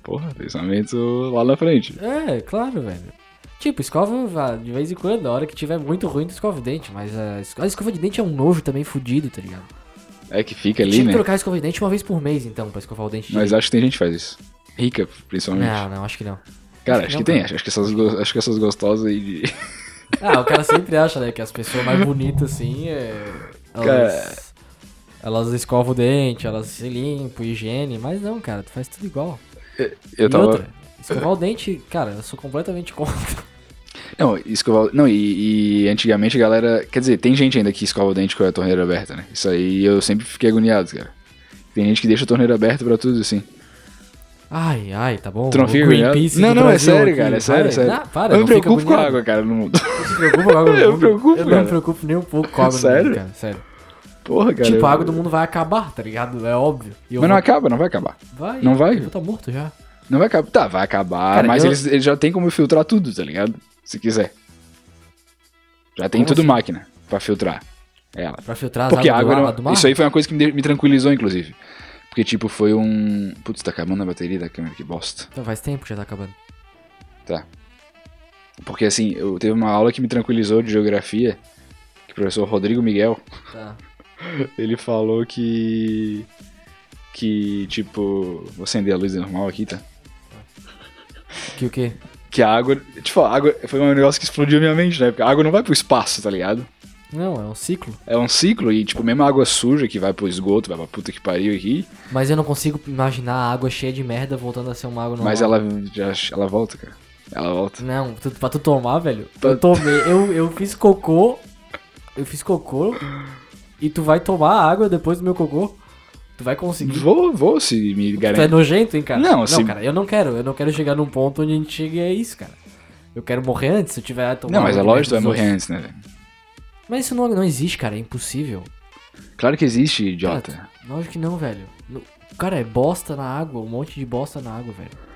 Speaker 2: porra, pensamento lá na frente.
Speaker 1: É, claro, velho. Tipo, escova vá, de vez em quando, na hora que tiver muito ruim, tu escova o dente, mas a, esco- a escova de dente é um nojo também fudido, tá ligado?
Speaker 2: É que fica ali,
Speaker 1: Tinha que
Speaker 2: né?
Speaker 1: trocar a escova de dente uma vez por mês, então, pra escovar o dente.
Speaker 2: Mas é
Speaker 1: direito.
Speaker 2: acho que tem gente que faz isso. Rica, principalmente.
Speaker 1: Não, não, acho que não.
Speaker 2: cara,
Speaker 1: acho
Speaker 2: acho
Speaker 1: que
Speaker 2: que,
Speaker 1: não,
Speaker 2: tem. Acho, acho que essas, go- acho que essas gostosas aí de.
Speaker 1: Ah, o cara sempre acha, né, que as pessoas mais bonitas, assim, é...
Speaker 2: Cara.
Speaker 1: Elas, elas escovam o dente, elas se limpam, higiene, mas não, cara, tu faz tudo igual.
Speaker 2: Eu
Speaker 1: E
Speaker 2: tava.
Speaker 1: outra, escovar o dente, cara, eu sou completamente contra.
Speaker 2: Não, escovar. Não, e, e antigamente a galera. Quer dizer, tem gente ainda que escova o dente com a torneira aberta, né? Isso aí eu sempre fiquei agoniado, cara. Tem gente que deixa a torneira aberta pra tudo, assim.
Speaker 1: Ai, ai, tá bom.
Speaker 2: Tu não
Speaker 1: O
Speaker 2: fica
Speaker 1: Greenpeace
Speaker 2: agoniado? Não,
Speaker 1: do
Speaker 2: não, é
Speaker 1: Brasil
Speaker 2: sério,
Speaker 1: aqui,
Speaker 2: cara. É
Speaker 1: vai.
Speaker 2: sério, é sério.
Speaker 1: Não, para,
Speaker 2: eu
Speaker 1: não
Speaker 2: me
Speaker 1: fica
Speaker 2: preocupo com
Speaker 1: agoniado.
Speaker 2: água, cara, no mundo.
Speaker 1: Não se preocupa com água do
Speaker 2: Eu me
Speaker 1: mundo.
Speaker 2: preocupo,
Speaker 1: Eu não
Speaker 2: cara.
Speaker 1: me preocupo nem um pouco com água do mundo,
Speaker 2: Sério?
Speaker 1: cara. Sério.
Speaker 2: Porra, cara.
Speaker 1: tipo,
Speaker 2: eu-
Speaker 1: a água do mundo vai acabar, tá ligado? É óbvio. E eu
Speaker 2: Mas não
Speaker 1: vou-
Speaker 2: acaba, não vai acabar.
Speaker 1: Vai.
Speaker 2: não vai?
Speaker 1: Eu vou tá morto já.
Speaker 2: Não vai acabar. Tá, vai acabar,
Speaker 1: Cara,
Speaker 2: mas
Speaker 1: eu-
Speaker 2: eles, eles já tem como filtrar tudo, tá ligado? Se quiser. Já tem
Speaker 1: Como
Speaker 2: tudo
Speaker 1: assim?
Speaker 2: máquina pra filtrar ela.
Speaker 1: Pra filtrar as
Speaker 2: Porque a
Speaker 1: águas do,
Speaker 2: água
Speaker 1: ar-
Speaker 2: era uma-
Speaker 1: do mar?
Speaker 2: Isso aí foi uma coisa que me, de- me tranquilizou, inclusive. Porque, tipo, foi um. Putz, tá acabando a bateria da câmera, que bosta.
Speaker 1: Então faz tempo que já tá acabando.
Speaker 2: Tá. Porque assim, eu teve uma aula que me tranquilizou de geografia, que o professor Rodrigo Miguel,
Speaker 1: Tá.
Speaker 2: ele falou que que tipo, vou acender a luz normal aqui, tá?
Speaker 1: Que o quê?
Speaker 2: Que a água, tipo, a água foi um negócio que explodiu minha mente, né? Porque a água não vai pro espaço, tá ligado?
Speaker 1: Não, é um ciclo.
Speaker 2: É um ciclo e tipo, mesmo a água suja que vai pro esgoto, vai pra puta que pariu aqui,
Speaker 1: Mas eu não consigo imaginar a água cheia de merda voltando a ser uma água normal.
Speaker 2: mas ela já ela volta, cara. Ela volta.
Speaker 1: Não, tu, pra tu tomar, velho.
Speaker 2: Pra-
Speaker 1: Eu tomei, eu, eu fiz cocô. Eu fiz cocô. E tu vai tomar a água depois do meu cocô? Tu vai conseguir.
Speaker 2: Vou, vou se me
Speaker 1: Tu é
Speaker 2: garante.
Speaker 1: nojento, hein, cara?
Speaker 2: Não, assim-
Speaker 1: cara, eu não quero. Eu não quero chegar num ponto onde a gente chega e é isso, cara. Eu quero morrer antes, se eu tiver tomando.
Speaker 2: Não, mas é lógico que tu vai morrer antes, né? velho?
Speaker 1: Mas isso não, não existe, cara. É impossível.
Speaker 2: Claro que existe, idiota.
Speaker 1: Lógico que não, velho. No- Cara, é bosta na água, um monte de bosta na água, velho.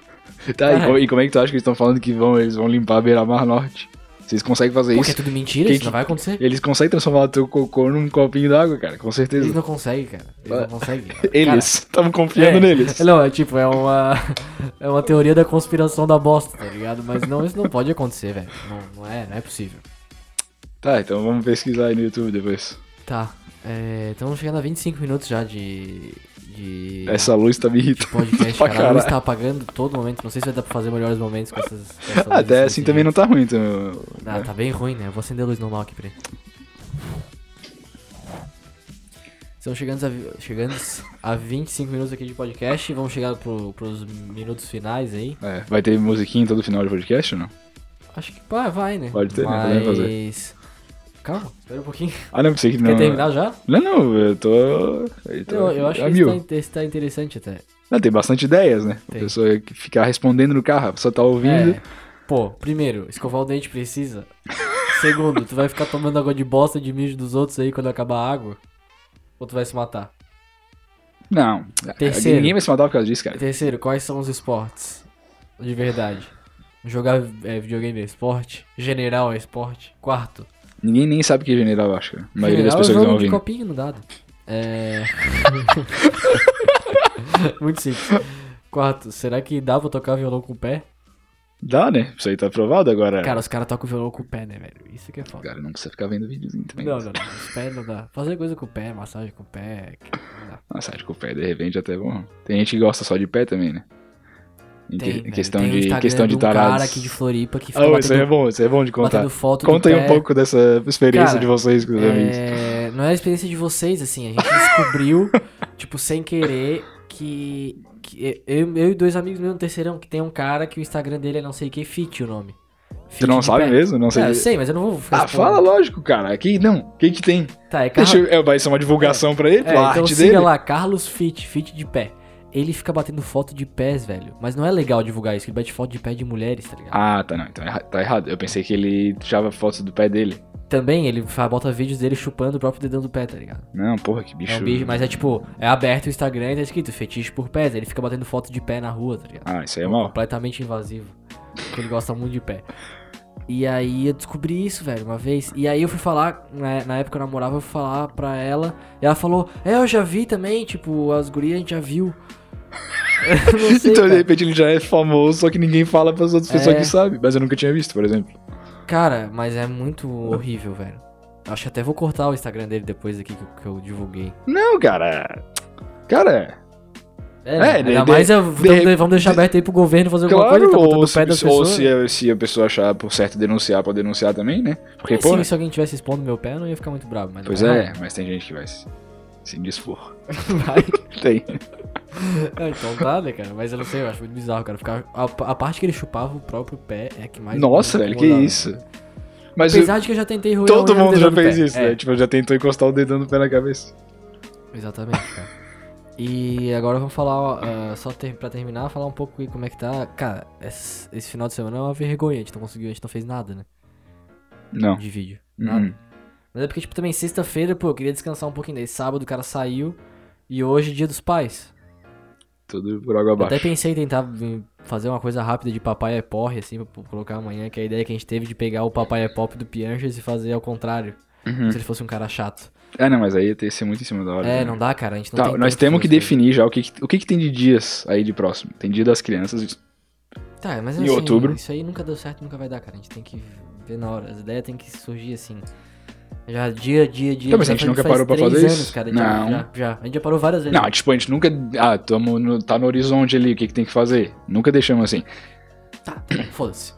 Speaker 2: Tá, e
Speaker 1: Cara.
Speaker 2: co- e como é que tu acha que eles estão falando que vão, eles vão limpar a beira-mar norte? Vocês conseguem fazer
Speaker 1: Porque é
Speaker 2: isso?
Speaker 1: tudo mentira,
Speaker 2: Que-
Speaker 1: isso
Speaker 2: que-
Speaker 1: não vai acontecer.
Speaker 2: Eles conseguem transformar o teu cocô num copinho d'água, cara, com
Speaker 1: Eles
Speaker 2: certeza.
Speaker 1: não conseguem, cara. Eles não conseguem. Cara,
Speaker 2: Eles, estavam confiando
Speaker 1: É.
Speaker 2: neles.
Speaker 1: Não, é tipo, é uma. É uma teoria da conspiração da bosta, tá ligado? Mas não, isso não pode acontecer, velho. Não, não é, não é possível.
Speaker 2: Tá, então vamos pesquisar aí no YouTube depois.
Speaker 1: Tá. É, estamos chegando a 25 minutos já de. De.
Speaker 2: Essa luz tá me
Speaker 1: de
Speaker 2: irritando
Speaker 1: podcast,
Speaker 2: pra
Speaker 1: cara. A luz
Speaker 2: caralho.
Speaker 1: tá apagando todo momento. Não sei se vai dar pra fazer melhores momentos com essas. com essa luz
Speaker 2: Até assim também não tá ruim, então...
Speaker 1: Ah, tá bem ruim, né? Eu vou acender a luz normal aqui, peraí. Estamos chegando a, vi- chegando a 25 minutos aqui de podcast. Vamos chegar pro, pros minutos finais aí.
Speaker 2: É, vai ter musiquinha em todo final do podcast ou não?
Speaker 1: Acho que pá, vai, né?
Speaker 2: Pode ter, né? Podemos fazer.
Speaker 1: Mas... Calma, espera um pouquinho.
Speaker 2: Ah, não, pensei que não... Então,
Speaker 1: Quer terminar já?
Speaker 2: Não, não, eu tô... Eu, tô
Speaker 1: Eu, eu acho
Speaker 2: a
Speaker 1: que
Speaker 2: mil.
Speaker 1: isso tá, in- esse tá interessante até.
Speaker 2: Não, tem bastante ideias, né? A
Speaker 1: Tem.
Speaker 2: pessoa que ficar respondendo no carro, a pessoa tá ouvindo...
Speaker 1: É. Pô, primeiro, escovar o dente precisa. Segundo, tu vai ficar tomando água de bosta de mijo dos outros aí quando acabar a água? Ou tu vai se matar?
Speaker 2: Não.
Speaker 1: Terceiro.
Speaker 2: Ninguém vai se matar por causa disso, cara.
Speaker 1: Terceiro, quais são os esportes? De verdade. Jogar é, videogame é esporte? General é esporte? Quarto.
Speaker 2: Ninguém nem sabe o que é general, eu acho, cara. A maioria das
Speaker 1: general é
Speaker 2: pessoas que estão
Speaker 1: jogo de
Speaker 2: ouvindo.
Speaker 1: copinha no dado. É. Muito simples. Quarto, será que dá pra tocar violão com o pé?
Speaker 2: Dá, né? Isso aí tá aprovado agora.
Speaker 1: Cara, os caras tocam violão com o pé, né, velho? Isso que é foda.
Speaker 2: Cara, não precisa ficar vendo videozinho também.
Speaker 1: Não, não, não. Os pés não dá. Fazer coisa com o pé, massagem com o pé. que não dá.
Speaker 2: Nossa, acho que o pé de repente até é bom. Tem gente que gosta só de pé também, né? Em que-
Speaker 1: Tem,
Speaker 2: em
Speaker 1: velho.
Speaker 2: questão
Speaker 1: Tem o
Speaker 2: de
Speaker 1: Instagram
Speaker 2: questão de
Speaker 1: um cara
Speaker 2: tarados.
Speaker 1: aqui de Floripa que fica
Speaker 2: Ah, isso aí é
Speaker 1: batendo,
Speaker 2: bom, isso aí é bom de contar.
Speaker 1: batendo foto
Speaker 2: Conta
Speaker 1: do
Speaker 2: aí
Speaker 1: pé.
Speaker 2: um pouco dessa experiência
Speaker 1: Cara,
Speaker 2: de vocês com os amigos.
Speaker 1: É, não é a experiência de vocês, assim. A gente descobriu, tipo, sem querer, que. que eu, eu e dois amigos meus no terceirão, que tem um cara que o Instagram dele é não sei o que, Fit o nome.
Speaker 2: Tu
Speaker 1: Fit
Speaker 2: não
Speaker 1: de
Speaker 2: sabe
Speaker 1: pé.
Speaker 2: mesmo? Não sei.
Speaker 1: Ah, eu sei, mas eu não vou ficar.
Speaker 2: Ah, fala lógico, cara. Aqui não. O que que tem?
Speaker 1: Tá, é
Speaker 2: Deixa
Speaker 1: Carlos.
Speaker 2: eu... é, vai ser uma divulgação pra ele,
Speaker 1: É,
Speaker 2: pela arte
Speaker 1: então siga
Speaker 2: dele.
Speaker 1: lá, Carlos Fit, Fit de pé. Ele fica batendo foto de pés, velho. Mas não é legal divulgar isso, ele bate foto de pé de mulheres, tá ligado?
Speaker 2: Ah, tá não. Então erra- tá errado. Eu pensei que ele tirava foto do pé dele.
Speaker 1: Também ele fa- bota vídeos dele chupando o próprio dedão do pé, tá ligado?
Speaker 2: Não, porra, que bicho.
Speaker 1: É um bicho, mas é tipo, é aberto o Instagram e tá escrito fetiche por pés. aí Ele fica batendo foto de pé na rua, tá ligado?
Speaker 2: Ah, isso aí é mal.
Speaker 1: Completamente invasivo. Porque ele gosta muito de pé. E aí eu descobri isso, velho, uma vez. E aí eu fui falar, né, na época eu namorava, eu fui falar pra ela. E ela falou, é, eu já vi também, tipo, as gurias a gente já viu. Eu não sei,
Speaker 2: Então, de
Speaker 1: cara.
Speaker 2: repente, ele já é famoso, só que ninguém fala pras outras pessoas
Speaker 1: É.
Speaker 2: que sabem. Mas eu nunca tinha visto, por exemplo.
Speaker 1: Cara, mas é muito horrível, velho. Acho que até vou cortar o Instagram dele depois aqui que eu, que eu divulguei.
Speaker 2: Não, cara. Cara,
Speaker 1: É,
Speaker 2: né?
Speaker 1: ainda
Speaker 2: de-
Speaker 1: mais eu-
Speaker 2: de-
Speaker 1: vamos- vamos deixar aberto aí pro governo fazer alguma
Speaker 2: claro,
Speaker 1: coisa, tá botando
Speaker 2: ou,
Speaker 1: o pé das
Speaker 2: se, ou
Speaker 1: pessoas.
Speaker 2: se a, se a pessoa achar por certo denunciar, pode denunciar também, né? Porque,
Speaker 1: É,
Speaker 2: pô,
Speaker 1: sim,
Speaker 2: né?
Speaker 1: se alguém tivesse expondo meu pé, eu não ia ficar muito bravo. Mas
Speaker 2: pois é, mas tem gente que vai se, se dispor. Tem.
Speaker 1: É, então tá, né, cara? Mas eu não sei, eu acho muito bizarro, cara. Ficar... A, a parte que ele chupava o próprio pé é a que mais.
Speaker 2: Nossa,
Speaker 1: me
Speaker 2: velho, que
Speaker 1: incomodava.
Speaker 2: isso. Mas eu-
Speaker 1: Apesar de que eu já tentei roer a
Speaker 2: todo
Speaker 1: unha no
Speaker 2: mundo já
Speaker 1: dedão do
Speaker 2: fez
Speaker 1: pé.
Speaker 2: isso,
Speaker 1: É,
Speaker 2: né? Tipo, já tentou encostar o dedão do pé na cabeça.
Speaker 1: Exatamente, cara. E agora vamos falar, ó, ah, só ter, pra terminar, falar um pouco aí como é que tá. Cara, esse, esse final de semana é uma vergonha, a gente não conseguiu, a gente não fez nada, né?
Speaker 2: Não.
Speaker 1: De vídeo. Nada.
Speaker 2: Uhum.
Speaker 1: Mas é porque, tipo, também sexta-feira, pô, eu queria descansar um pouquinho. Daí sábado o cara saiu e hoje é dia dos pais.
Speaker 2: Tudo por água
Speaker 1: Eu até
Speaker 2: abaixo.
Speaker 1: pensei em tentar hum, fazer uma coisa rápida de papai é porre, assim, pra p- colocar amanhã, que é a ideia que a gente teve de pegar o papai é pop do Pianches e fazer ao contrário.
Speaker 2: Uhum.
Speaker 1: Se ele fosse um cara chato.
Speaker 2: Ah, não, mas aí ia ter que ser muito em cima da hora.
Speaker 1: é,
Speaker 2: né?
Speaker 1: não dá, cara. A gente não
Speaker 2: Tá,
Speaker 1: tem
Speaker 2: nós
Speaker 1: tempo
Speaker 2: temos que
Speaker 1: pra fazer
Speaker 2: definir já o que, que- o que, que tem de dias aí de próximo. Tem dia das crianças.
Speaker 1: isso. Tá, mas
Speaker 2: em
Speaker 1: assim,
Speaker 2: outubro.
Speaker 1: isso aí nunca deu certo, nunca vai dar, cara. A gente tem que ver na hora. As ideias tem que surgir assim. Já dia, dia, dia.
Speaker 2: Tá, mas a
Speaker 1: já
Speaker 2: gente
Speaker 1: faz-
Speaker 2: nunca
Speaker 1: faz
Speaker 2: parou pra
Speaker 1: três
Speaker 2: fazer
Speaker 1: anos,
Speaker 2: isso?
Speaker 1: Cara, já-
Speaker 2: Não.
Speaker 1: Já, já. A gente já parou várias vezes.
Speaker 2: Não, tipo, a gente nunca. Ah, tamo no- tá no horizonte ali, o que, que tem que fazer? Nunca deixamos assim.
Speaker 1: Tá, tá bom, foda-se.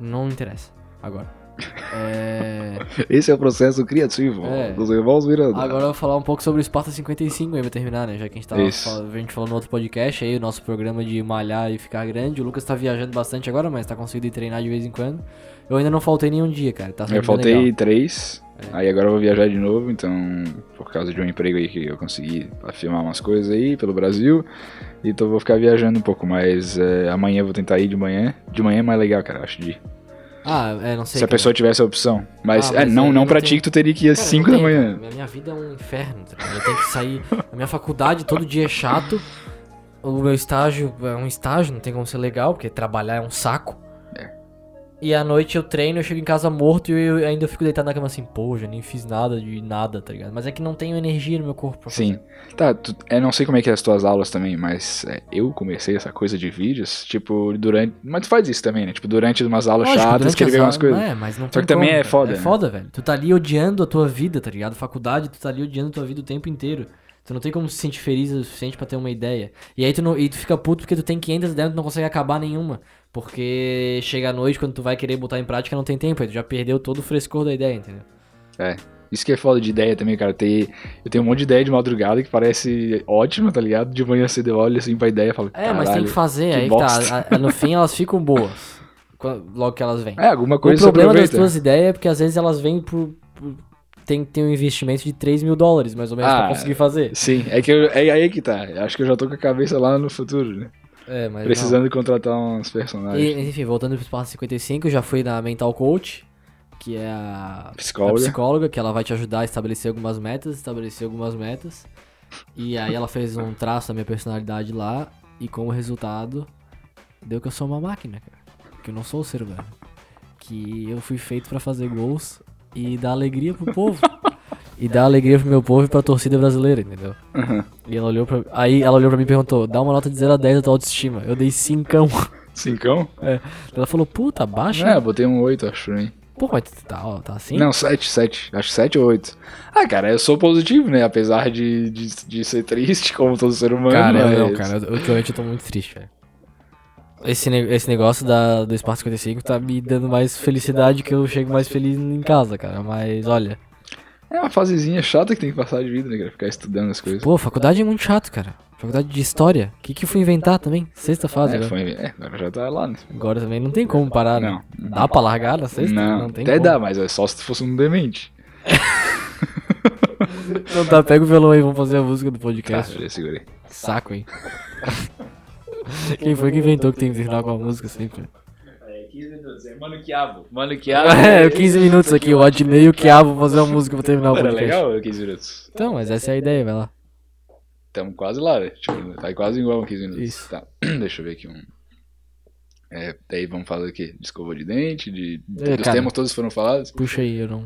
Speaker 1: Não interessa. Agora. É...
Speaker 2: Esse é o processo criativo
Speaker 1: É.
Speaker 2: dos irmãos Miranda.
Speaker 1: Agora eu vou falar um pouco sobre o Esparta 55 aí pra terminar, né? Já que a gente tava
Speaker 2: Isso.
Speaker 1: fal- a gente falou no outro podcast aí, o nosso programa de malhar e ficar grande. O Lucas tá viajando bastante agora, mas tá conseguindo ir treinar de vez em quando. Eu ainda não faltei nenhum dia, cara. Tá sendo
Speaker 2: eu
Speaker 1: bem
Speaker 2: faltei
Speaker 1: legal. É.
Speaker 2: três, aí agora eu vou viajar de novo, então, por causa de um emprego aí que eu consegui afirmar umas coisas aí pelo Brasil, então eu vou ficar viajando um pouco, mas é, amanhã eu vou tentar ir de manhã. De manhã é mais legal, cara, eu acho. De,
Speaker 1: Ah, é, não sei.
Speaker 2: se a
Speaker 1: cara.
Speaker 2: pessoa tivesse a opção. Mas,
Speaker 1: Ah,
Speaker 2: é,
Speaker 1: mas
Speaker 2: não,
Speaker 1: eu
Speaker 2: não
Speaker 1: não
Speaker 2: pra
Speaker 1: tenho-
Speaker 2: ti que tu teria que ir às
Speaker 1: Cara, eu
Speaker 2: 5
Speaker 1: não
Speaker 2: da
Speaker 1: tenho,
Speaker 2: manhã.
Speaker 1: cara. Minha, minha vida é um inferno, tá ligado? Eu tenho que sair. A minha faculdade todo dia é chato. O meu estágio é um estágio, não tem como ser legal, porque trabalhar é um saco. E à noite eu treino, eu chego em casa morto e eu ainda fico deitado na cama assim, pô, já nem fiz nada de nada, tá ligado? Mas é que não tenho energia no meu corpo. pra
Speaker 2: Sim. Tá, tu, eu não sei como é que é as tuas aulas também, mas é, eu comecei essa coisa de vídeos, tipo, durante. Mas tu faz isso também, né? Tipo, durante umas aulas
Speaker 1: Lógico,
Speaker 2: chatas,
Speaker 1: durante
Speaker 2: escrever
Speaker 1: as
Speaker 2: umas
Speaker 1: aulas-
Speaker 2: coisas.
Speaker 1: É, mas não
Speaker 2: Só que
Speaker 1: tem
Speaker 2: também
Speaker 1: como,
Speaker 2: é
Speaker 1: cara.
Speaker 2: foda,
Speaker 1: É
Speaker 2: né?
Speaker 1: foda, velho. Tu tá ali odiando a tua vida, tá ligado? Faculdade, tu tá ali odiando a tua vida o tempo inteiro. Tu não tem como se sentir feliz o suficiente pra ter uma ideia. E aí tu, não, e tu fica puto porque tu tem 500 ideias e tu não consegue acabar nenhuma. Porque chega à noite, quando tu vai querer botar em prática, não tem tempo. Aí tu já perdeu todo o frescor da ideia, entendeu?
Speaker 2: Isso que é foda de ideia também, cara. Tem, eu tenho um monte de ideia de madrugada que parece ótima, tá ligado? De manhã cedo eu olho assim pra ideia e falo.
Speaker 1: É, mas tem que fazer.
Speaker 2: que
Speaker 1: aí que tá.
Speaker 2: bosta.
Speaker 1: A- No fim, elas ficam boas. quan- Logo que elas vêm.
Speaker 2: É, alguma
Speaker 1: O
Speaker 2: coisa você
Speaker 1: problema das
Speaker 2: aproveita.
Speaker 1: tuas ideias é porque às vezes elas vêm por. por- tem, tem um investimento de 3 mil dólares, mais ou menos, pra
Speaker 2: Ah,
Speaker 1: conseguir fazer.
Speaker 2: Sim, é que eu, é aí que tá. Acho que eu já tô com a cabeça lá no futuro, né?
Speaker 1: É, mas. não.
Speaker 2: Precisando contratar uns personagens.
Speaker 1: E, enfim, voltando pro Espaço 55, eu já fui na Mental Coach, que é a a
Speaker 2: Psicóloga.
Speaker 1: psicóloga, que ela vai te ajudar a estabelecer algumas metas, estabelecer algumas metas. E aí ela fez um traço da minha personalidade lá e como resultado deu que eu sou uma máquina, cara. Que eu não sou um ser humano. Que eu fui feito pra fazer gols e dar alegria pro povo. E dar alegria pro meu povo e pra torcida brasileira, entendeu? E ela olhou pra Aí ela olhou pra mim e perguntou: dá uma nota de 0 a 10 da tua autoestima. Eu dei um. 5.
Speaker 2: Cincão?
Speaker 1: É. Ela falou, puta, baixa.
Speaker 2: É, botei um 8, acho, hein?
Speaker 1: Pô, mas tá, ó, tá assim?
Speaker 2: Não, 7, 7. Acho 7 ou 8. Ah, cara, eu sou positivo, né? Apesar de, de, de ser triste, como todo ser humano.
Speaker 1: Cara, eu
Speaker 2: mas...
Speaker 1: não, cara. eu- Ultimamente eu tô muito triste, velho. Esse, ne- esse negócio da, do Espaço 55 tá me dando mais felicidade que eu chego mais feliz em casa, cara. Mas olha.
Speaker 2: É uma fasezinha chata que tem que passar de vida, né, cara? Ficar estudando as coisas.
Speaker 1: Pô, faculdade é muito chato, cara. Faculdade de história. O que, que eu fui inventar também? Sexta fase,
Speaker 2: é,
Speaker 1: agora.
Speaker 2: foi... é, agora já tá lá, né?
Speaker 1: Agora também não tem como parar, né?
Speaker 2: Não.
Speaker 1: Dá pra largar na sexta?
Speaker 2: não,
Speaker 1: tem
Speaker 2: até
Speaker 1: como.
Speaker 2: dá, mas é só se tu fosse um demente.
Speaker 1: Então tá, pega o violão aí, vamos fazer a música do
Speaker 2: Tá,
Speaker 1: podcast.
Speaker 2: já segurei.
Speaker 1: Que saco, hein? Quem foi que inventou que tem que terminar com a música sempre?
Speaker 2: É, 15 minutos. É Mano Quiabo. Mano Quiabo.
Speaker 1: É, 15 minutos aqui, o Adnei e o Quiabo vão "Ah, fazer uma música pra terminar o
Speaker 2: Era
Speaker 1: podcast.
Speaker 2: legal 15 minutos.
Speaker 1: Então, mas essa é a ideia, vai lá.
Speaker 2: Tamo quase lá, velho. Tipo, tá quase igual a 15 minutos.
Speaker 1: Isso.
Speaker 2: Tá, deixa eu ver aqui um... É, daí vamos falar o quê? De escova de dente, de...
Speaker 1: É,
Speaker 2: Os
Speaker 1: cara.
Speaker 2: temas todos foram falados.
Speaker 1: Puxa aí, eu não.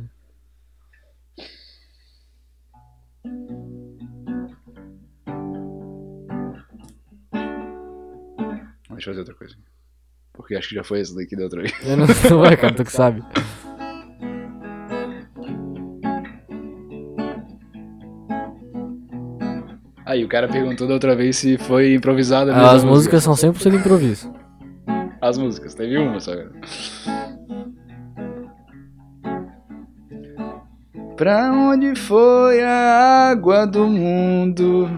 Speaker 2: Deixa eu fazer outra coisa. Porque acho que já foi essa daqui da outra vez.
Speaker 1: Eu não sou, é, cara, tu que sabe.
Speaker 2: Aí, o cara perguntou da outra vez se foi improvisada mesmo.
Speaker 1: As músicas são 100% improviso.
Speaker 2: As músicas, teve uma só. cara. Pra onde foi a água do mundo?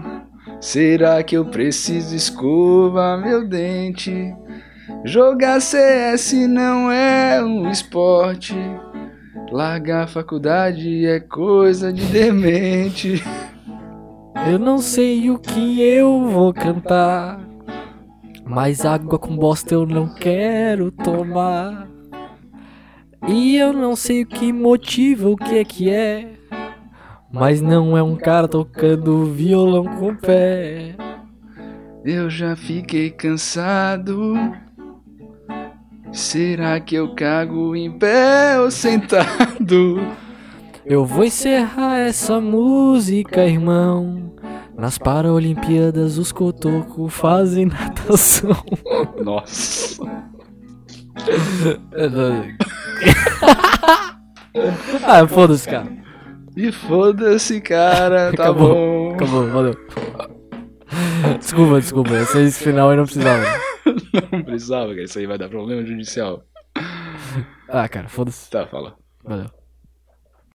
Speaker 2: Será que eu preciso escovar meu dente? Jogar CS não é um esporte. Largar a faculdade é coisa de demente.
Speaker 1: Eu não sei o que eu vou cantar. Mas água com bosta eu não quero tomar. E eu não sei o que motiva, o que é que é. Mas não é um cara tocando violão com o pé.
Speaker 2: Eu já fiquei cansado. Será que eu cago em pé ou sentado?
Speaker 1: Eu vou encerrar essa música, irmão. Nas Paralimpíadas os cotoco fazem natação.
Speaker 2: Nossa.
Speaker 1: ah, foda-se, cara.
Speaker 2: E foda-se, cara, tá
Speaker 1: Acabou.
Speaker 2: bom.
Speaker 1: Acabou, valeu. Desculpa, desculpa. Esse, esse final aí não precisava.
Speaker 2: Não precisava, cara. Isso aí vai dar problema judicial.
Speaker 1: Ah, cara, foda-se.
Speaker 2: Tá, fala.
Speaker 1: Valeu.